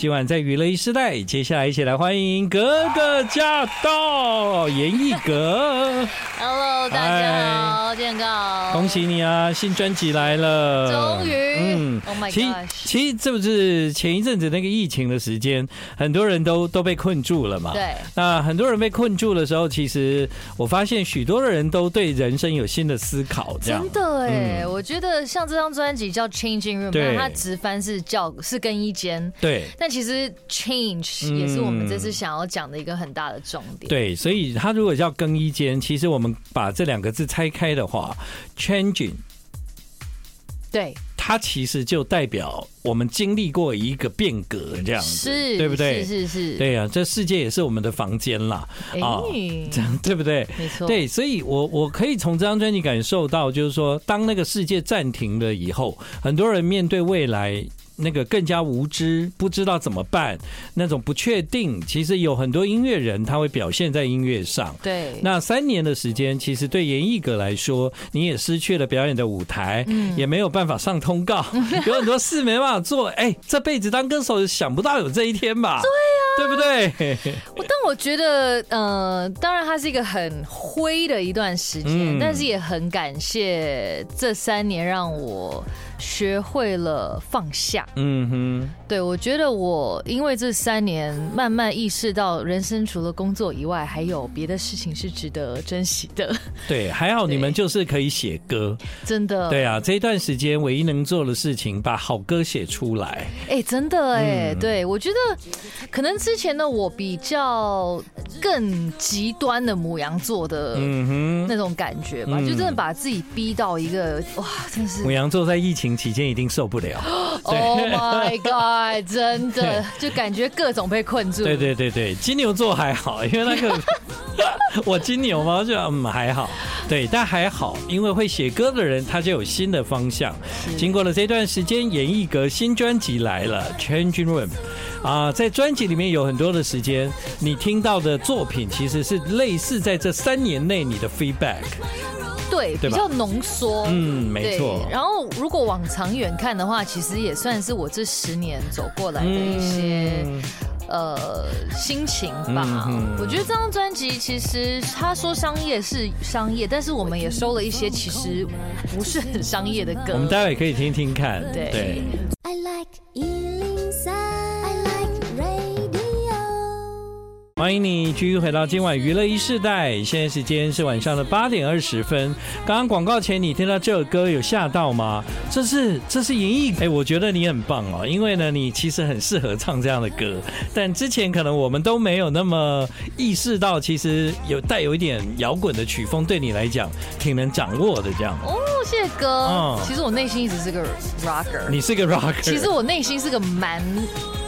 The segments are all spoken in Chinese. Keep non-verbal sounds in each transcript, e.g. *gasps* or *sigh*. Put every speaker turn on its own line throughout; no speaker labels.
今晚在娱乐一时代，接下来一起来欢迎格格驾到，严艺格，
Hello，大家好，健哥，
恭喜你啊，新专辑来了，
哦终于，Oh
嗯
my
其
gosh，
其实这不是前一阵子那个疫情的时间，很多人都都被困住了嘛。
对，
那很多人被困住的时候，其实我发现许多的人都对人生有新的思考，这样嗯
真的哎，我觉得像这张专辑叫《Changing Room》，
对
那它直翻是叫是更衣间，
对。
但其实 change
嗯
也是我们这次想要讲的一个很大的重点。，
对，所以它如果叫更衣间，其实我们把这两个字拆开的话，changing，
对，
它其实就代表我们经历过一个变革，这样子，
是，
对不对？
是是是，
对呀、这世界也是我们的房间啦， *laughs* 哦
哎
这样对不对？
没错，
对，所以我我可以从这张专辑感受到，就是说，当那个世界暂停了以后，很多人面对未来。那个更加无知，不知道怎么办，那种不确定，其实有很多音乐人他会表现在音乐上。
对，
那三年的时间，其实对严艺格来说，你也失去了表演的舞台，也没有办法上通 *laughs* 告，有很多事没办法做。哎、这辈子当歌手想不到有这一天吧？对啊呀、对 *laughs* 不对？
我但我觉得，呃，当然它是一个很灰的一段时间，
嗯
但是也很感谢这三年让我学会了放下。
嗯哼，
对我觉得我因为这三年慢慢意识到，人生除了工作以外，还有别的事情是值得珍惜的， *laughs*
对，还好你们
对
就是可以写歌。
真的。
对啊，这一段时间唯一能做的事情，把好歌写出来。
哎、真的哎、
嗯
对我觉得可能之前的我比较更极端的母羊座的
嗯哼，
那种感觉吧，
嗯
就真的把自己逼到一个哇，真是
母羊座在疫情期间一定受不了。
Oh my God，真
*laughs*
的就感觉各种被困住。
对对对对，金牛座还好，因为那个我金牛嘛，我就嗯还好，对，但还好，因为会写歌的人他就有新的方向。经过了这段时间，演艺阁新专辑来了，《Changing Room》啊，在专辑里面有很多的时间，你听到的作品其实是类似在这三年内你的 feedback。
对，
对
比
吧
较浓缩。
嗯，没
对
错。
然后如果往长远看的话，其实也算是我这十年走过来的一些、
嗯
呃心情吧。
嗯嗯
我觉得这张专辑其实他说商业是商业，但是我们也收了一些其实不是很商业的歌
我。们待会可以听听看，
对
I like Ealing Sound. I like radio.
欢迎你继续回到今晚娱乐一世代，现在时间是晚上的八点二十分。刚刚广告前你听到这首歌有吓到吗？这是这是银翼，哎，我觉得你很棒哦，因为呢你其实很适合唱这样的歌，但之前可能我们都没有那么意识到，其实有带有一点摇滚的曲风对你来讲挺能掌握的这样。
哦，谢谢哥。
嗯
其实我内心一直是个 rocker。
你是个 rocker，
*laughs* 其实我内心是个蛮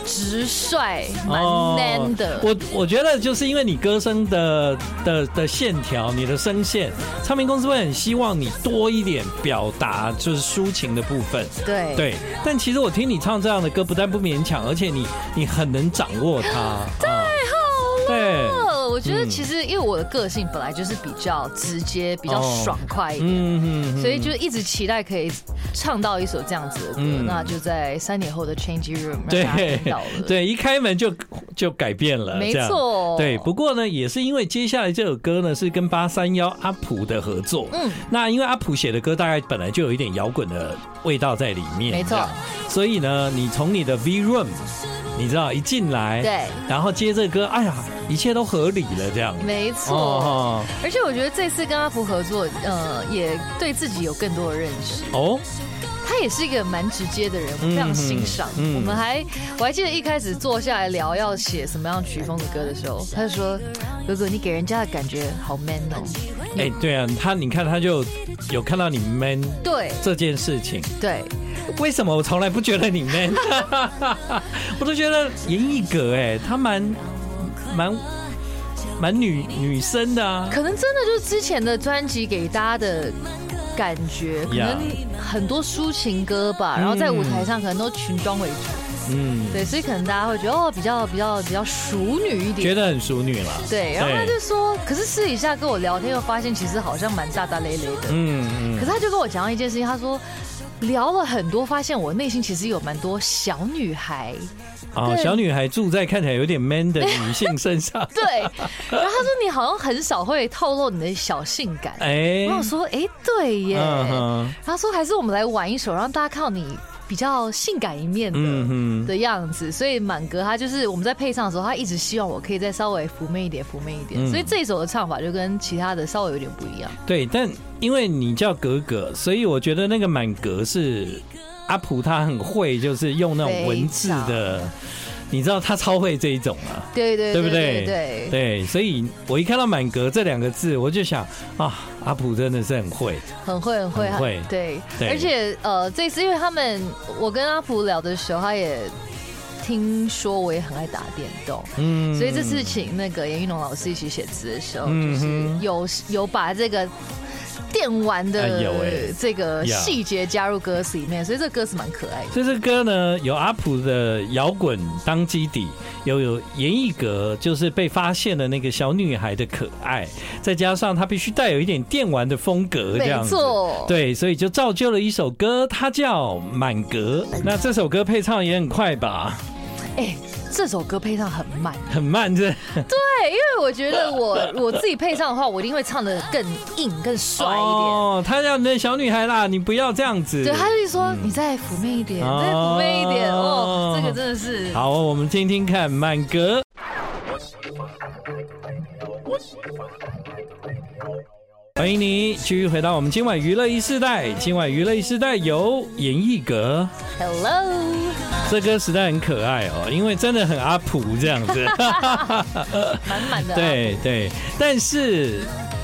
直率、蛮
哦
man 的。
我我觉得就是因为你歌声的的的线条，你的声线，唱片公司会很希望你多一点表达，就是抒情的部分。
对
对，但其实我听你唱这样的歌，不但不勉强，而且你你很能掌握它。
哦
太好了。对，
呃，我觉得
嗯
其实因为我的个性本来就是比较直接、比较
哦
爽快一点。
嗯嗯
所以就一直期待可以唱到一首这样子的歌，
嗯
那就在三年后的 Change Room 让大家
对
听到了。
*laughs* 对，一开门就就改变了，
没
这样
错
对，不过呢，也是因为接下来这首歌呢是跟八三幺阿普的合作，
嗯，
那因为阿普写的歌大概本来就有一点摇滚的味道在里面，
没错
这样，所以呢，你从你的 V room，你知道一进来，
对，
然后接这歌，哎呀，一切都合理了，这样，
没错。
哦
而且我觉得这次跟阿福合作，呃，也对自己有更多的认识。
哦，
他也是一个蛮直接的人，我
嗯
非常欣赏。
嗯
我们还我还记得一开始坐下来聊要写什么样曲风的歌的时候， *laughs* 他就说：“哥哥，你给人家的感觉好 man 哦。
哎，对啊，他你看他就有看到你 man
对”
这件事情，
对
为什么我从来不觉得你 man？我都觉得严艺格哎，他蛮蛮蛮女女生的啊，
可能真的就是之前的专辑给大家的感觉，可
Yeah
能很多抒情歌吧，然后在舞台上可能都裙装为主，
嗯，
对，所以可能大家会觉得哦，比较比较比较熟女一点。
觉得很淑女了，
对，然后他就说，可是私底下跟我聊天，又发现其实好像蛮大大咧咧的。
嗯嗯。
可是他就跟我讲到一件事情，他说。聊了很多，发现我内心其实有蛮多小女孩。
啊，
对，
小女孩住在看起来有点 man 的女性身上
*laughs* 对，然后他说你好像很少会透露你的小性感。
哎
我，想说，哎、对耶。
嗯哼，
他说还是我们来玩一首，让大家看到你比较性感一面的。
嗯哼，
的样子，所以满格他就是我们在配唱的时候，他一直希望我可以再稍微妩媚一点，妩媚一点。
嗯
所以这一首的唱法就跟其他的稍微有点不一样。
对，但因为你叫格格，所以我觉得那个满格是阿普，他很会，就是用那种文字的，你知道他超会这一种啊，
对对
对不对
对对
对，所以我一看到满格这两个字，我就想啊，阿普真的是很会，
很会很会
很会
对，
对
而且呃，这次因为他们，我跟阿普聊的时候，他也听说我也很爱打电动。
嗯，
所以这次请那个严一农老师一起写词的时候，
嗯
就是
哼
有有把这个电玩的
哎有哎
这个
呀
细节加入歌词里面，所以这个歌词蛮可爱的。
这支歌呢，有阿普的摇滚当基底，有有严艺格，就是被发现的那个小女孩的可爱，再加上她必须带有一点电玩的风格，这
没
样子。
错，
对，所以就造就了一首歌，它叫《满格》。
嗯
那这首歌配唱也很快吧？
哎、这首歌配唱很慢，
很慢，这
对，因为我觉得我 *laughs* 我自己配唱的话，我一定会唱的更硬、更帅一点。
哦，她叫那小女孩啦，你不要这样子。
对，他就说、
嗯
你再妩媚一点，
哦
再妩媚一点哦，这个真的是
好，我们听听看《满格》。欢迎你继续回到我们今晚娱乐一世代。今晚娱乐一世代由严艺格，
Hello，
这歌实在很可爱哦，因为真的很阿普这样
*laughs*
子。
满满的。，啊
对对，但是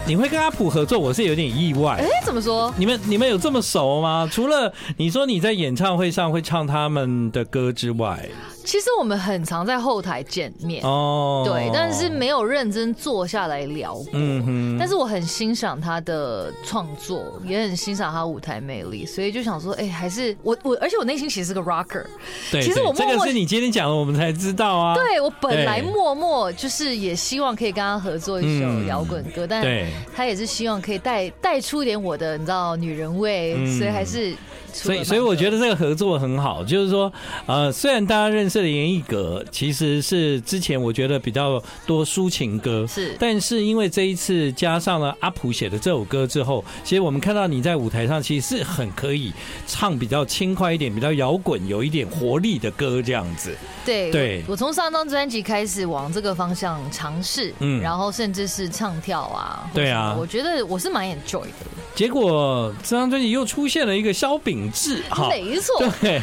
你会跟阿普合作，我是有点意外
哎、。怎么说？
你们你们有这么熟吗？除了你说你在演唱会上会唱他们的歌之外，
其实我们很常在后台见面，
哦，
对，但是没有认真坐下来聊过。
嗯哼，
但是我很欣赏他的创作，也很欣赏他舞台魅力，所以就想说，哎、还是我我，而且我内心其实是个 rocker，
对，
其实我
对
默
这
默
个是你今天讲的，我们才知道啊。
对我本来
对
默默就是也希望可以跟他合作一首
嗯
摇滚歌，但
对
他也是希望可以带带出一点我的你知道女人味，
嗯
所以还是出
所
了
以
蛮
所以我
多
觉得这个合作很好，就是说，呃，虽然大家认识的严艺格其实是之前我觉得比较多抒情歌，
是
但是因为这一次加上了阿普写的这首歌之后，其实我们看到你在舞台上其实是很可以唱比较轻快一点、比较摇滚、有一点活力的歌这样子。
对
对
我我从上张专辑开始往这个方向尝试，
嗯
嗯，然后甚至是唱跳啊，或
对
什么
啊
我觉得我是蛮 enjoy 的，
结果这张专辑又出现了一个萧秉治，哈。
没错，
对，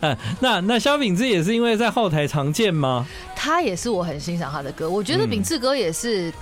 呃，那那萧秉治也是因为在后台常见吗？
他也是我很欣赏他的歌，我觉得
嗯
秉志哥也是。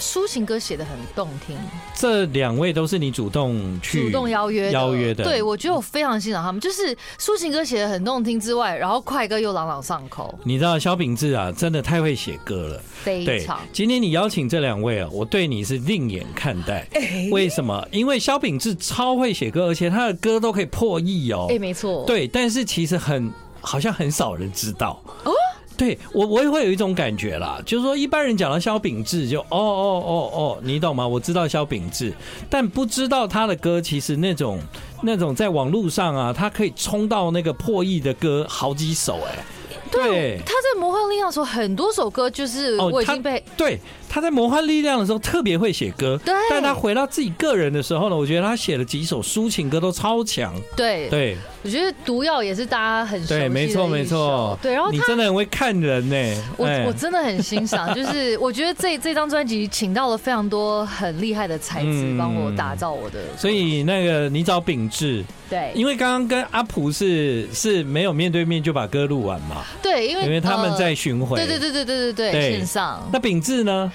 抒情歌写的很动听，
这两位都是你主动去
主动邀约的
邀约的
对我觉得我非常欣赏他们，就是抒情歌写的很动听之外，然后快歌又朗朗上口，
你知道萧秉治啊，真的太会写歌了。
非
对
常，
今天你邀请这两位啊，我对你是另眼看待。
哎
为什么？因为萧秉治超会写歌，而且他的歌都可以破亿哦。
哎、没错，，
对，但是其实很好像很少人知道哦。对我我也会有一种感觉啦，就是说一般人讲到萧秉治就哦哦哦哦，你懂吗？我知道萧秉治，但不知道他的歌，其实那种那种在网络上啊，他可以冲到那个破亿的歌好几首哎、对
他在魔幻力量的时候，很多首歌就是
哦
我已
他
经被、
对，他在《魔幻力量》的时候特别会写歌，
对
但他回到自己个人的时候呢，我觉得他写了几首抒情歌都超强。
对
对
我觉得毒药也是大家很熟悉的
对，没错没错
一首。对，然后
你
他。
真的很会看人呢、
我
哎
我真的很欣
*laughs*
赏，就是我觉得这这张专辑请到了非常多很厉害的才子，
嗯
帮我打造我的。
所以那个你找秉志，
对
因为刚刚跟阿普是是没有面对面就把歌录完嘛，
对，因为
因为他们
呃
在巡回。
对对。对对对对对
对
线上，
那秉志呢？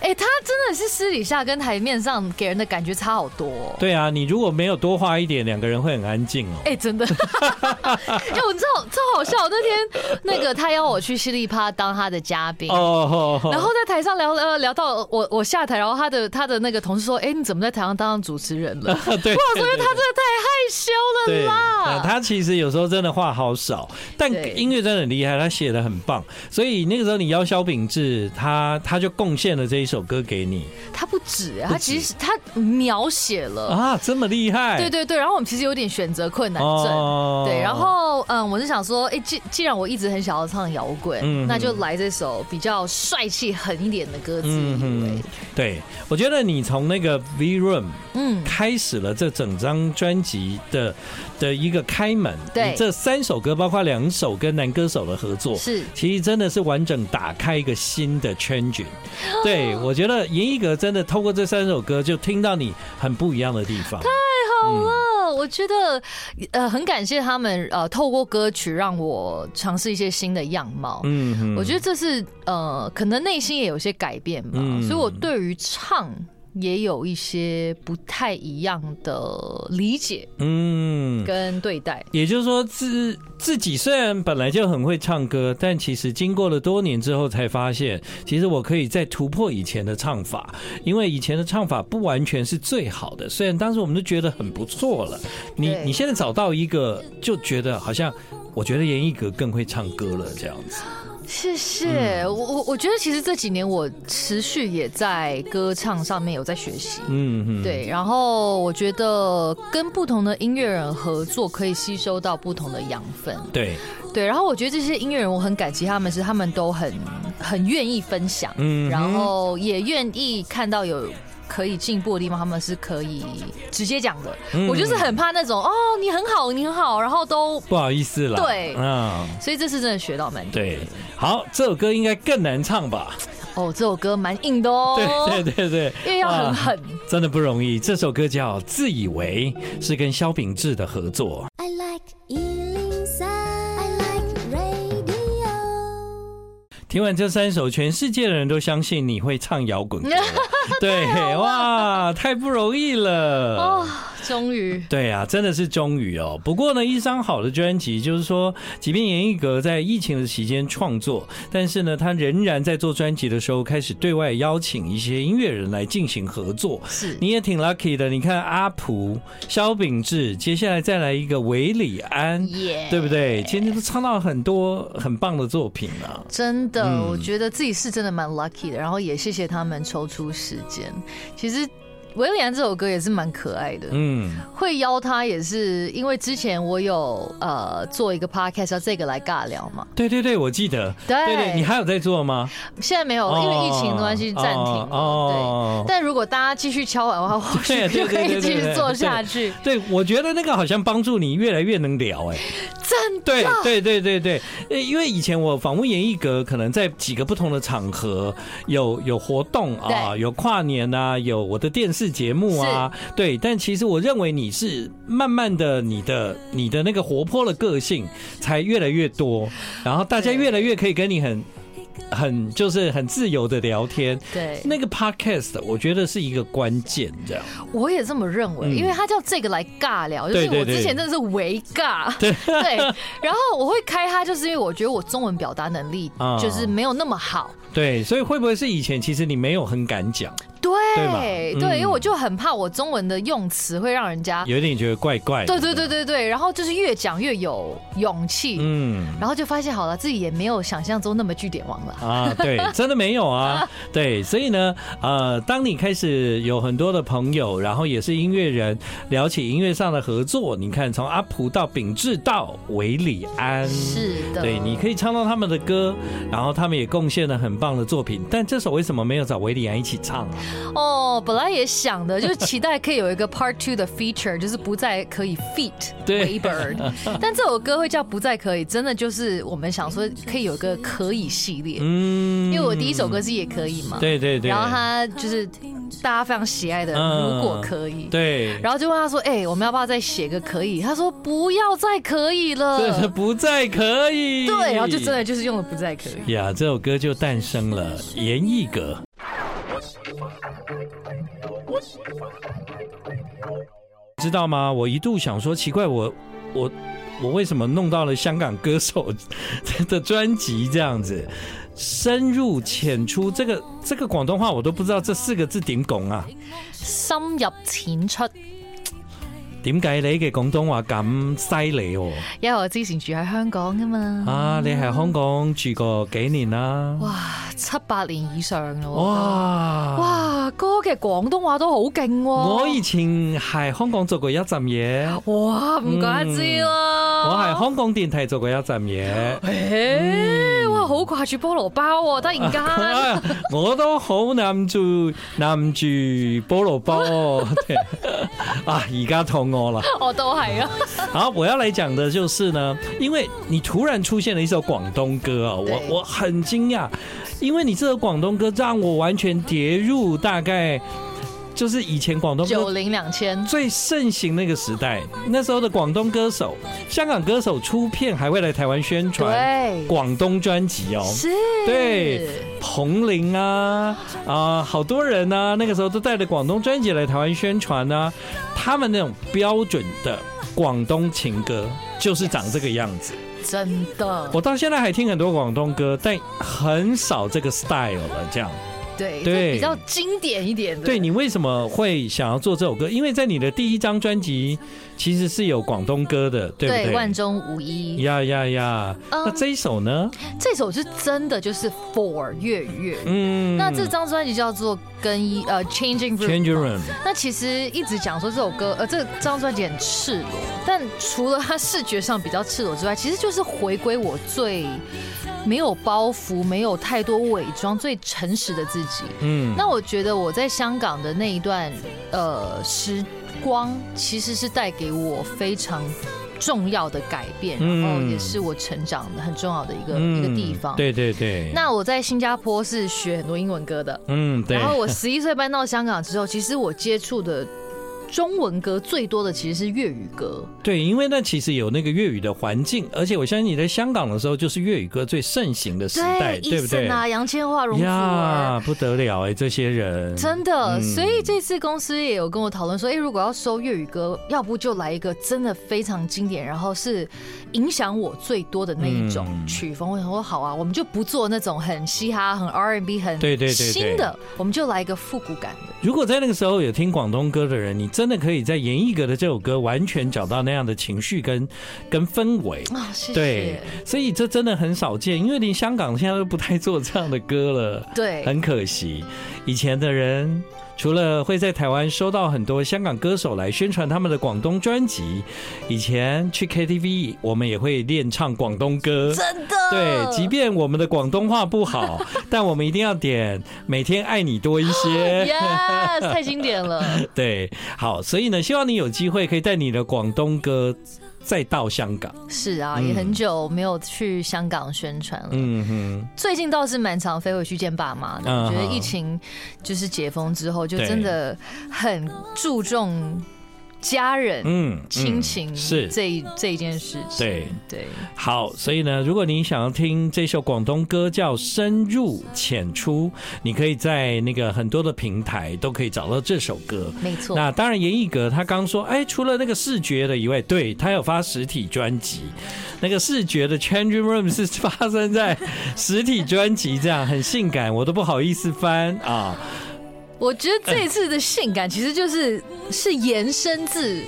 哎，他真的是私底下跟台面上给人的感觉差好多哦。
对啊，你如果没有多花一点，两个人会很安静哦。
哎、
*laughs*
真的， *laughs* 哎、我知道，超好笑。那天那个他邀我去犀利趴当他的嘉宾，
哦，
然后在台上聊聊聊到呃我我下台，然后他的他的那个同事说：“哎、你怎么在台上当上主持人
*laughs*
了？” *laughs*
对，
我说：“因为他真的太害羞了
对，
啦。
呃”他其实有时候真的话好少，但
对
音乐真的很厉害，他写的很棒。所以那个时候你邀萧秉治，他他就贡献献了这一首歌给你
他不止，他
不止
其实他描写了，
啊，这么厉害，
哦对对对，然后我们其实有点选择困难症。
哦
对，然后嗯，我是想说，哎，既既然我一直很想要唱摇滚，
嗯
那就来这首比较帅气狠一点的歌自
嗯
以
哼
为，
对，我觉得你从那个 V Room
嗯，
开始了这整张专辑的的一个开门，
对
你这三首歌包括两首跟男歌手的合作，
是
其实真的是完整打开一个新的圈
*gasps*
子。对我觉得严艺格真的透过这三首歌就听到你很不一样的地方。
太
嗯
好了，我觉得呃很感谢他们呃透过歌曲让我尝试一些新的样貌，
嗯哼，
我觉得这是呃可能内心也有些改变吧，
嗯
所以我对于唱也有一些不太一样的理解
嗯。
跟对待。
也就是说，自自己虽然本来就很会唱歌，但其实经过了多年之后，才发现，其实我可以再突破以前的唱法，因为以前的唱法不完全是最好的。虽然当时我们都觉得很不错了，你
对
你现在找到一个，就觉得好像，我觉得严艺格更会唱歌了，这样子。
谢
嗯
谢、我我我觉得其实这几年我持续也在歌唱上面有在学习。
嗯嗯，
对，然后我觉得跟不同的音乐人合作可以吸收到不同的养分，
对，
对。然后我觉得这些音乐人，我很感激他们，是他们都很很愿意分享，
嗯哼
然后也愿意看到有可以进步的地方，他们是可以直接讲的。
嗯
我就是很怕那种哦，你很好，你很好，然后都，
不好意思啦。
对
嗯，
所以这次真的学到蛮多。
对，好，这首歌应该更难唱吧？
哦，这首歌蛮硬的哦，
*laughs* 对对对对，
*laughs* 因为要
哇
很狠。
真的不容易。这首歌叫《自以为》，是跟萧秉治的合作。
I like Ealing Sound. I like radio.
听完这三首，全世界的人都相信你会唱摇滚歌。 *laughs* 对，哇，太不容易了。
*laughs* 哦，终于
对啊，真的是终于哦。不过呢，一张好的专辑，就是说，即便严艺格在疫情的期间创作，但是呢，他仍然在做专辑的时候开始对外邀请一些音乐人来进行合作。
是
你也挺 lucky 的，你看阿蒲、萧秉治，接下来再来一个韦礼安。
耶
对不对？今天都唱到很多很棒的作品啊。
真的，我觉得自己是真的蛮 lucky 的，然后也谢谢他们抽出时间。其实维里安这首歌也是蛮可爱的，
嗯，
会邀他也是因为之前我有呃做一个 podcast 叫这个来尬聊嘛，
对对对，我记得。
对
对对，你还有在做吗？哦
现在没有，因为疫情的关系暂停了，对。但如果大家继续敲碗的话，或许
对对
就可
对对
以继
对
续
对
做下去。
对，我觉得那个好像帮助你越来越能聊哎、
真
对对对对对，呃因为以前我访问严艺格，可能在几个不同的场合有有活动啊，
对
有跨年啊，有我的电视节目啊，对。但其实我认为你是慢慢的，你的你的那个活泼的个性才越来越多，然后大家
对
越来越可以跟你很很就是很自由的聊天。
对，
那个 podcast 我觉得是一个关键，这样。
我也这么认为，
嗯
因为他叫这个来尬聊，就
对
是
对
我
对
之前真的是围尬，
*laughs* 对
然后我会开它，就是因为我觉得我中文表达能力
啊
就是没有那么好，
对，所以会不会是以前其实你没有很敢讲，
对
对嘛嗯
对因为我就很怕我中文的用词会让人家，
有点觉得怪怪的？
啊对对对对对，然后就是越讲越有勇气，
嗯。
然后就发现好了，自己也没有想象中那么据点王了。
啊，对，真的没有
*laughs*
啊，对，所以呢，呃，当你开始有很多的朋友，然后也是音乐人，聊起音乐上的合作，你看从阿蒲到秉志到韦礼安，
是的，
对，你可以唱到他们的歌，然后他们也贡献了很棒的作品，但这首为什么没有找韦礼安一起唱啊？
哦，本来也想的，就是期待可以有一个 Part Two 的 feature，就是不再可以 feat
对
w a b
*laughs*
i r d 但这首歌会叫不再可以，真的就是我们想说可以有一个可以系列，
嗯
因为我第一首歌是也可以嘛，，
对对对，
然后他就是大家非常喜爱的
嗯
如果可以，
对，
然后就问他说，哎、我们要不要再写个可以？他说不要再可以
这
了，
不再可以，
对，然后就真的就是用了不再 *laughs* 可以。
呀，这首歌就诞生了，严艺格。知道吗？我一度想说，奇怪，我我我为什么弄到了香港歌手的专辑这样子，深入浅出，这个这个广东话我都不知道这四个字顶拱啊，
深入浅出，
點解你嘅廣東話咁犀利喎？
因為我之前住喺香港噶嘛，
啊，你喺香港住過幾年啦？
哇七八年以上咯，
哇！
哇哥嘅廣東話都好勁喎，
我以前喺香港做過一陣
哦
嘢，
哇唔怪得知啦，
嗯我喺香港電台做過一陣嘢。
誒
嗯
哇好掛住菠蘿包喎，突
*laughs*
然間。
啊我都好諗住諗住菠蘿包 *laughs* 哦啊！而家肚餓啦。
我都係啊，
好，我要来讲的就是呢，因为你突然出现了一首广东歌啊，
对
我我很惊讶，因为你这首广东歌让我完全跌入大概就是以前广东歌
九零两千，
最盛行那个时代，那时候的广东歌手、香港歌手出片还会来台湾宣传
对，
广东专辑哦。
是，
对，彭羚啊啊、好多人啊，那个时候都带着广东专辑来台湾宣传啊。他们那种标准的广东情歌就是长这个样子。
真的，
我到现在还听很多广东歌，但很少这个 style 了。这样，
对，
对
就比较经典一点的，
对你为什么会想要做这首歌？因为在你的第一张专辑其实是有广东歌的，对
对
不
万
对？
中无一，
呀呀呀！那
嗯，
这一首呢？
这首是真的就是 for 粤语乐。
嗯，
那这张专辑叫做《更衣》呃，《Changing Room》。
Change Room
那其实一直讲说这首歌，呃，这张专辑很赤裸，但除了它视觉上比较赤裸之外，其实就是回归我最没有包袱、没有太多伪装、最诚实的自己。
嗯，
那我觉得我在香港的那一段呃时光，其实是带给我非常重要的改变，
嗯
然后也是我成长的很重要的一个、一个地方。
对对对。
那我在新加坡是学很多英文歌的，
嗯，对
然。后我十一岁搬到香港之后，其实我接触的中文歌最多的其实是粤语歌，
对，因为那其实有那个粤语的环境，而且我相信你在香港的时候，就是粤语歌最盛行的时代，对
伊
不
森
对？
啊、杨千嬅、容啊祖儿。，
不得了哎，这些人
真的，
嗯
所以这次公司也有跟我讨论说，哎、如果要收粤语歌，要不就来一个真的非常经典，然后是影响我最多的那一种
嗯
曲风。我想说，好啊，我们就不做那种很嘻哈、很 R&B、很
对对对对
新的，我们就来一个复古感的。
如果在那个时候有听广东歌的人，你真的可以在严艺格的这首歌完全找到那样的情绪跟跟氛围。
啊、谢
对
谢。，
所以这真的很少见，因为连香港现在都不太做这样的歌了。
对，
很可惜，以前的人除了会在台湾收到很多香港歌手来宣传他们的广东专辑，以前去 KTV 我们也会练唱广东歌。
真的。
对，即便我们的广东话不
*laughs*
好，但我们一定要点《每天爱你多一些》。
*laughs* Yes，太经典
*laughs*
了。
对，好，所以呢，希望你有机会可以带你的广东歌再到香港。
是啊，
嗯
也很久没有去香港宣传了。
嗯哼。
最近倒是蛮常飞回去见爸妈的。
嗯
我觉得疫情就是解封之后，就
对
真的很注重家人。
嗯，
亲
嗯
情
是
这一这一件事情，
对
对，
好，所以呢，如果你想要听这首广东歌叫《深入浅出》，你可以在那个很多的平台都可以找到这首歌。
没错，
那当然，严艺格他刚说，哎，除了那个视觉的以外，对他有发实体专辑，那个视觉的 Change Room 是发生在实体专辑，这样很性感，我都不好意思翻啊。
我觉得这一次的性感其实就是是延伸自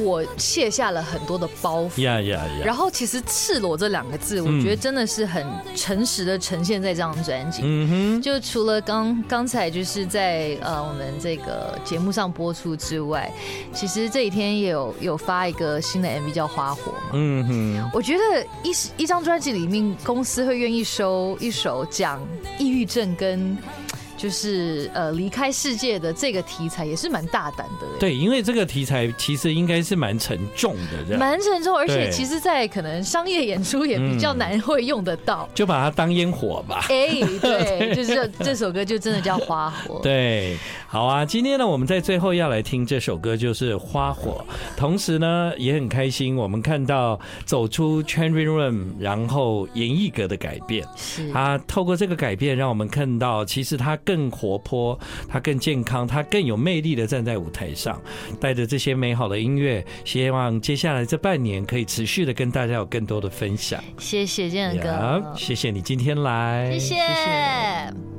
我卸下了很多的包袱，
呀呀呀！
然后其实“赤裸”这两个字，我
嗯
觉得真的是很诚实的呈现在这张专辑。
嗯哼，
就除了刚刚才就是在呃我们这个节目上播出之外，其实这几天也有有发一个新的 MV 叫《花火》嘛。
嗯哼，
我觉得一一张专辑里面，公司会愿意收一首讲抑郁症跟就是呃离开世界的这个题材，也是蛮大胆的。
对，因为这个题材其实应该是蛮沉重的，这样
蛮沉重，而且
对
其实，在可能商业演出也比较
嗯
难会用得到。
就把它当烟火吧。
哎、对，就是这这首歌就真的叫《花火》。
对，好啊！今天呢，我们在最后要来听这首歌，就是《花火》。同时呢，也很开心，我们看到走出 Cherry Room，然后严艺格的改变。
是
他透过这个改变，让我们看到，其实他更活泼，他更健康，他更有魅力的站在舞台上，带着这些美好的音乐，希望接下来这半年可以持续的跟大家有更多的分享。
谢谢建哥
Yeah，谢谢你今天来，
谢谢。